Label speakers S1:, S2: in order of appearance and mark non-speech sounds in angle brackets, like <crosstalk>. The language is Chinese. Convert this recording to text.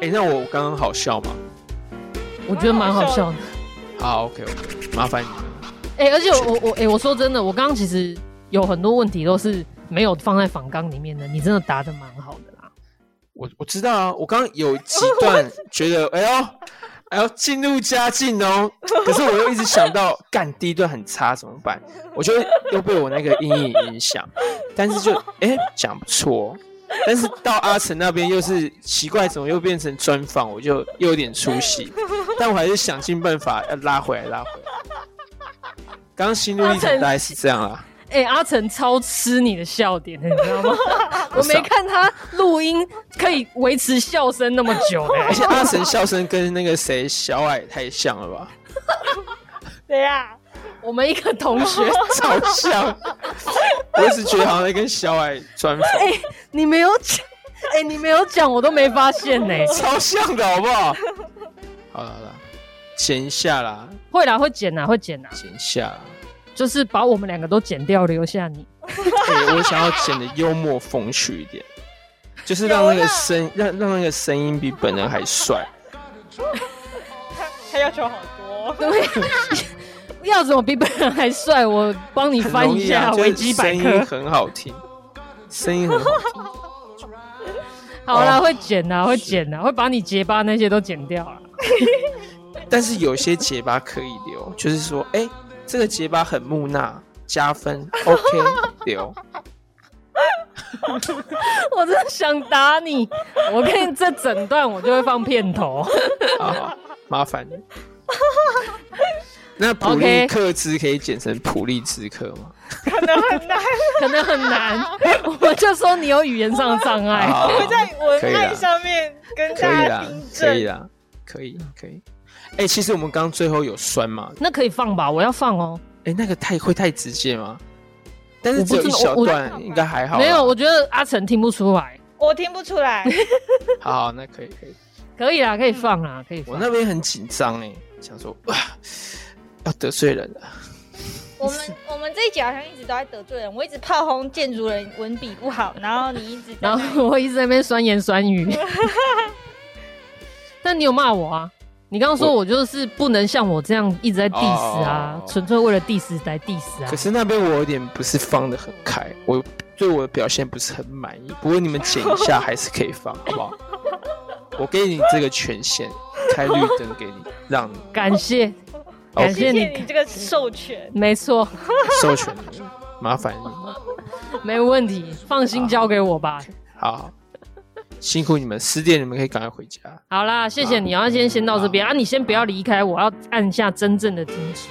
S1: 哎、那我刚刚好笑吗？
S2: 我觉得蛮好笑的。
S1: 好，OK OK，麻烦你了。
S2: 哎、而且我我哎、我说真的，我刚刚其实有很多问题都是没有放在访纲里面的，你真的答的蛮好的啦。
S1: 我我知道啊，我刚刚有几段觉得，哎呦，哎呦，进入佳境哦。可是我又一直想到，干第一段很差怎么办？我就又被我那个阴影影响。但是就哎讲不错哦，但是到阿成那边又是奇怪，怎么又变成专访？我就又有点出戏，但我还是想尽办法要拉回来，拉回来。刚刚心路历程大概是这样啊啦。
S2: <laughs> 哎、阿成超吃你的笑点的，你知 <laughs> 道吗？我
S1: 不是
S2: 没
S1: 啊
S2: 看他录音可以维持笑声那么久哎的、
S1: 而且阿成笑声跟那个谁小矮太像了吧？
S3: 对呀、
S2: <laughs> 我们一个同 <laughs> <laughs> 学，
S1: 超
S2: <laughs>
S1: 像。我一直觉得好像在跟小矮专访，
S2: 哎你没有讲，哎、你没有讲，我都没发现哎呢、
S1: 超像的好不好？ <laughs> 好了好了，剪一下啦，
S2: 会啦，会剪啦，会剪啦，
S1: 剪一下啦。
S2: 就是把我们两个都剪掉，留下你。
S1: 欸我想要剪的幽默风趣一点，就是让那个声让让那个声音比本人还帅。
S3: 他要求好多。 <laughs>
S2: 对，要怎么比本人还帅？我帮你
S1: 很
S2: 翻
S1: 容
S2: 一
S1: 易啊
S2: 下
S1: 就是
S2: 维基百
S1: 声音
S2: 科。
S1: 很好听，声音很好听。
S2: 好啦，
S1: 哦
S2: 会剪啦，会剪啊啦，会把你结巴那些都剪掉啊
S1: <laughs>
S2: 啦。
S1: 但是有些结巴可以留，就是说，哎、这个结巴很木讷，加
S2: <laughs>
S1: 分，OK，留。
S2: 我真的想打你！我跟你这整段我就会放片头。 <laughs>
S1: 啊，麻烦你。那普
S2: OK
S1: 利克兹可以简成普利兹克吗？ <laughs>
S2: 可能很难，我就说你有语言上的障碍。 <laughs>
S1: 啊
S3: 我在
S1: 可以
S3: 文案
S1: 啦，
S3: 上面跟
S1: 可
S3: 大
S1: 以
S3: 家
S1: 啦
S3: 订，
S1: 可以
S3: 正，
S1: 啦，可以，可以。哎、其实我们刚最后有酸嘛？
S2: 那可以放吧，我要放哦。
S1: 哎、那个太会太直接吗？但是
S2: 我不
S1: 只有一
S2: 知道
S1: 小
S2: 我
S1: 段，应该还好啦。啊
S2: 没有，我觉得阿成听不出来。
S3: 我听不出
S1: <laughs>
S3: 来。
S1: 好好，那可以，可以。
S2: 可以啦，可以放啦，可以
S1: 我
S2: 放。
S1: 那边很紧张哎，想说哇，要得罪人了。
S3: 我们我们这一集好像一直都在得罪人，我一直炮轰建筑人文笔不好，然后你一直在
S2: 然后我一直在那边酸言酸语。 <laughs> 但你有骂我啊？你刚刚说
S1: 我
S2: 我就是不能像我这样一直在 diss 啊
S1: 哦，
S2: 纯粹为了 diss 来 diss 啊
S1: 可。是那边我有点不是放的很开，我对我的表现不是很满意。不过你们剪一下还是可以放，好不好？我给你这个权限，开绿灯给你，让你
S2: 感谢，感谢
S3: 谢谢
S2: 你，
S3: 你这个授权。
S2: 没错， <laughs>
S1: 授权你，麻烦你。
S2: 没问题，放心交给我吧。
S1: 好，好辛苦你们，十点你们可以赶快回家。
S2: 好啦，谢谢你啊，今天先到这边
S1: 好
S2: 啊，你先不要离开，我要按下真正的停止。